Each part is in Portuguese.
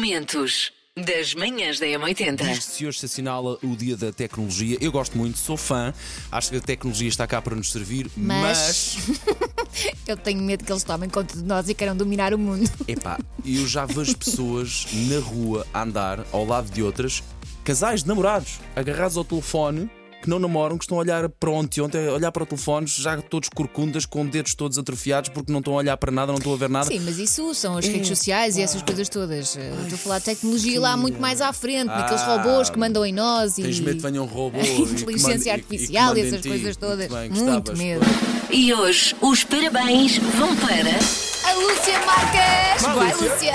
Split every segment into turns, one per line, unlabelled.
Momentos das manhãs da
Diz-se
M80.
se hoje se assinala o dia da tecnologia. Eu gosto muito, sou fã, acho que a tecnologia está cá para nos servir, mas.
Mas- Eu tenho medo que eles tomem conta de nós e queiram dominar o mundo.
Epá, eu já vejo pessoas na rua a andar ao lado de outras, casais de namorados, agarrados ao telefone, que não namoram, que estão a olhar para ontem, ontem a olhar para telefones, já todos corcundas, com dedos todos atrofiados, porque não estão a olhar para nada, não estão a ver nada.
Sim, mas isso são as
É,
redes sociais e essas coisas todas. Eu Estou a falar de tecnologia lá muito mais à frente, naqueles
Ah,
robôs que mandam em nós e.
Tens medo que venha um robô. e que
Inteligência
mande- e- e que
artificial e
mande em
essas
ti.
coisas todas.
bem,
Muito
gostavas,
medo.
pois.
E hoje os parabéns vão para.
A Lúcia Marques!
Vá,
Vai,
Lúcia.
Lúcia!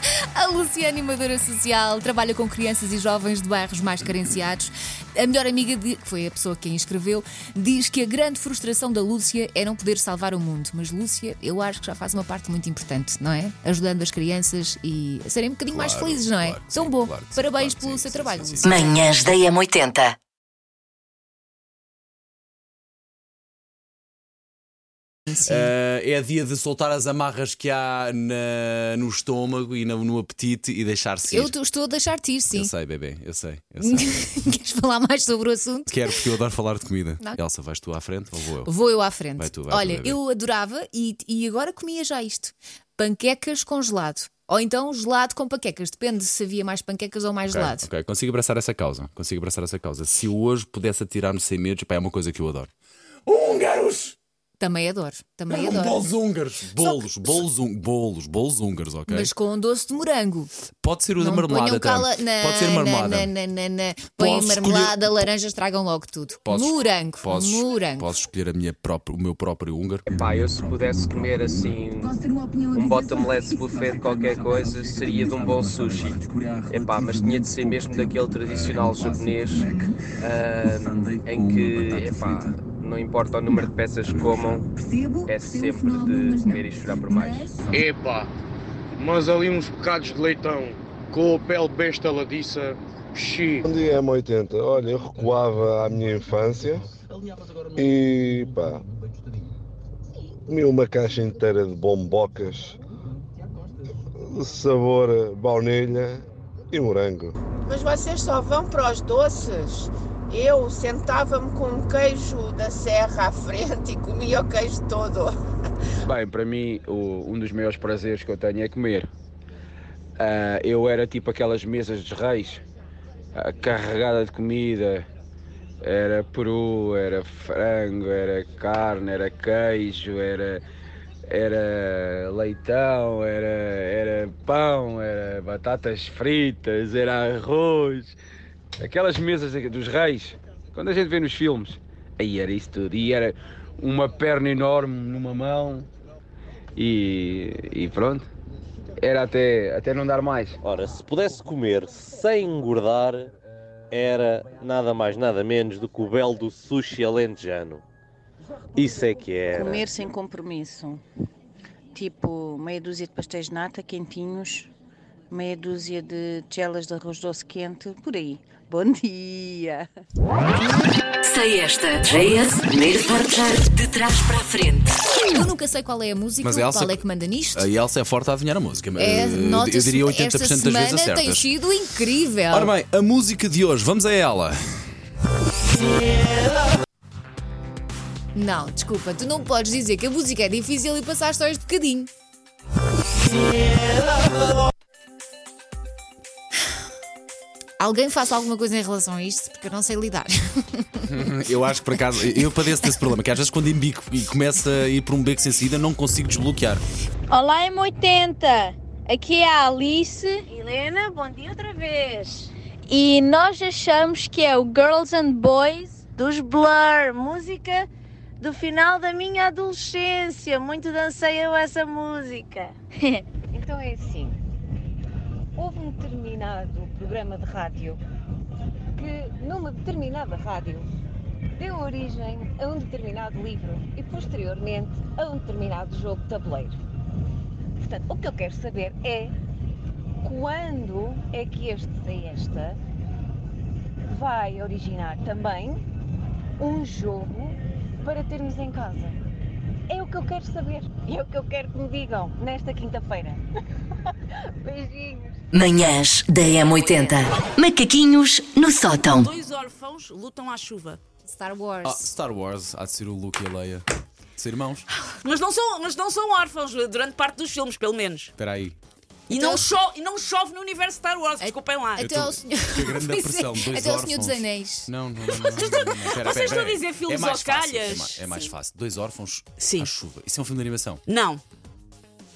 A Lúcia é animadora social, trabalha com crianças e jovens de bairros mais carenciados. A melhor amiga, de, que foi a pessoa que a inscreveu, diz que a grande frustração da Lúcia é não poder salvar o mundo. Mas Lúcia, eu acho que já faz uma parte muito importante, não é? Ajudando as crianças e a serem um bocadinho mais
Claro,
felizes, não é?
claro que
Tão
sim,
bom.
claro que sim,
Parabéns
claro que
pelo
sim,
seu
sim,
trabalho,
sim,
Lúcia.
sim.
Manhãs da M80.
Eh, é dia de soltar as amarras que há na- no estômago e na- no apetite e deixar-se ir.
Eu t- estou a deixar-te ir, sim.
Eu sei, bebê, eu sei. Eu sei.
Queres falar mais sobre o assunto?
Quero, porque eu adoro falar de comida.
Não.
Elsa, vais tu à frente ou vou eu?
Vou eu à frente.
Vai tu, vai tu,
Olha,
bebê.
eu adorava e, e agora comia já isto: panquecas com gelado. Ou então gelado com panquecas, depende se havia mais panquecas ou mais
Ok,
gelado.
ok, consigo abraçar essa causa. Consigo abraçar essa causa. Se eu hoje pudesse atirar-me sem medos, pá, é uma coisa que eu adoro. Húngaros!
Também adoro,
um
também adoro.
Bolos húngaros! Bolos, bolos, hung- bolos, bolos húngaros, ok?
Mas com um doce de morango.
Pode ser o da
Não
marmelada.
ponham cala...
também.
na,
Pode ser marmelada.
Na, na, na, na. Põem
Posso
marmelada,
escolher-
laranjas, tragam logo tudo.
Posso-
morango.
posso-
morango.
Posso escolher a minha própria, o meu próprio húngaro?
Pá, eu se pudesse comer assim um bottomless buffet de qualquer coisa, seria de um bom sushi. Epá, mas tinha de ser mesmo daquele tradicional japonês ah, em que, epá, não importa o número de peças que comam, é sempre de comer e chorar por mais.
Epá, mas ali uns bocados de leitão com a pele bem estaladiça, xi.
Bom dia, M80. Olha, eu recuava à minha infância e pá, comi uma caixa inteira de bombocas, sabor a baunilha e morango.
Mas vocês só vão para os doces? Eu sentava-me com um queijo da serra à frente e comia o queijo todo.
Bem, para mim, o- um dos maiores prazeres que eu tenho é comer. Ah, eu era tipo aquelas mesas dos reis, ah, carregada de comida. Era peru, era frango, era carne, era queijo, era, era leitão, era, era pão, era batatas fritas, era arroz. Aquelas mesas dos reis, quando a gente vê nos filmes. Aí era isso tudo. E era uma perna enorme numa mão. E, e pronto. Era até, até não dar mais.
Ora, se pudesse comer sem engordar, era nada mais nada menos do que o belo do sushi alentejano. Isso é que era.
Comer sem compromisso. Tipo, meia dúzia de pastéis de nata quentinhos, meia dúzia de chelas de arroz doce quente, por aí. Bom dia!
Sei esta. JS, primeiro forjar de trás para a frente.
Eu nunca sei qual é a música,
Mas a Elsa-
qual é que manda nisto.
A Elsa é forte a adivinhar a música. mas,
É,
eh,
nota-se,
eu diria 80%
esta
das
semana
vezes acertas.
tem sido incrível.
Ora bem, a música de hoje, vamos a ela.
Não, desculpa, tu não podes dizer que a música é difícil e passar só este bocadinho. Alguém faça alguma coisa em relação a isto, porque eu não sei lidar.
Eu acho que por acaso, eu padeço desse problema, que às vezes quando embico e começa a ir por um beco sem saída, não consigo desbloquear.
Olá, M80! Aqui é a Alice. Helena, bom dia outra vez. E nós achamos que é o Girls and Boys dos Blur, música do final da minha adolescência. Muito dancei eu essa música.
Então é assim: houve um determinado programa de rádio que, numa determinada rádio, deu origem a um determinado livro e, posteriormente, a um determinado jogo de tabuleiro. Portanto, o que eu quero saber é quando é que este e esta vai originar também um jogo para termos em casa. É o que eu quero saber e é o que eu quero que me digam nesta quinta-feira. Beijinhos.
Manhãs da M80. Macaquinhos no sótão.
Dois órfãos lutam à chuva.
Star Wars.
Ah, Star Wars, há de ser o Luke e a Leia. De ser irmãos.
Mas não são, mas não são órfãos durante parte dos filmes, pelo menos.
Espera aí.
E não, cho e não chove no universo Star Wars, desculpem lá.
Eu tô- Que grande pressão. Dois
é. Até o
órfãos.
Senhor dos Anéis.
Não, não, não. não, não, não, não. Espera, espera,
Vocês estão a
espera.
dizer filmes
é mais
ao
fácil,
calhas?
É mais, é mais
Sim.
fácil. Dois órfãos
Sim.
à chuva. Isso é um filme de animação.
Não,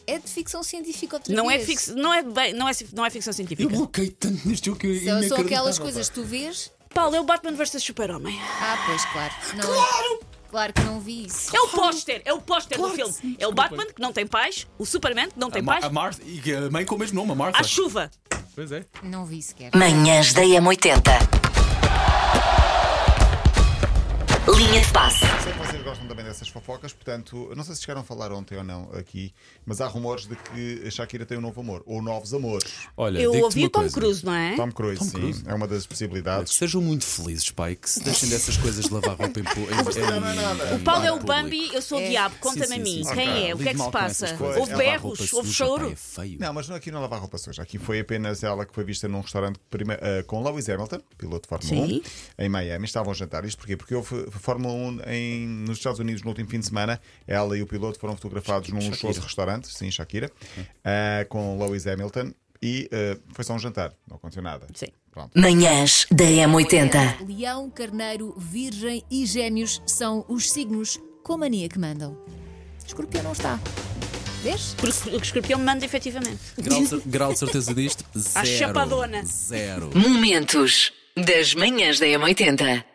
É de ficção científica outra
não é,
vez.
fix, não, é bem- não, é, ci- não é ficção científica.
bloqueei tanto neste jogo que
São, são é, aquelas coisas que tu vês.
Paulo, é o Batman vs Super-Homem.
Ah, pois, claro. Não, claro! Claro que não vi isso.
É o póster, é o póster do filme. É o Batman que não tem pais, o Superman que não
A,
tem
Ma
pais,
a Martha, e a mãe com o mesmo nome, a Martha.
à chuva.
Pois é.
Não vi sequer.
Manhãs da M80. Linha de passe.
Sei que vocês gostam também dessas fofocas, portanto, eu não sei se chegaram a falar ontem ou não aqui, mas há rumores de que a Shakira tem um novo amor, ou novos amores.
Olha,
Eu
digo-te
ouvi
uma
o Tom
coisa.
Cruise, não é?
Tom Cruise,
Tom
sim,
Cruise.
é uma das possibilidades.
Sejam muito felizes, pai, que se deixem dessas coisas de lavar roupa em público.
O Paulo é o Bambi, eu sou o diabo. Conta-me a mim. Quem é? O que é que se passa? Houve berros? Houve
é
choro?
Não, mas não aqui não lavar roupa suja. Aqui foi apenas ela que foi vista num restaurante prime- eh, com Lewis Hamilton, piloto de Fórmula
Sim.
1, em Miami. Estavam a jantar. Isto porquê? Porque houve Fórmula 1 em- nos Estados Unidos no último fim de semana. Ela e o piloto foram fotografados num
Shakira.
show de restaurante, sim, Shakira, eh, com Lewis Hamilton. E eh, foi só um jantar, não aconteceu nada.
Sim.
Pronto.
Manhãs da M80.
Leão, Carneiro, Virgem e Gêmeos são os signos com mania que mandam. Escorpião não está. Vês?
Porque o escorpião manda efetivamente.
Grau de, cer- grau de certeza disto?
À
Zero.
chapadona.
Zero.
Momentos das manhãs da M80.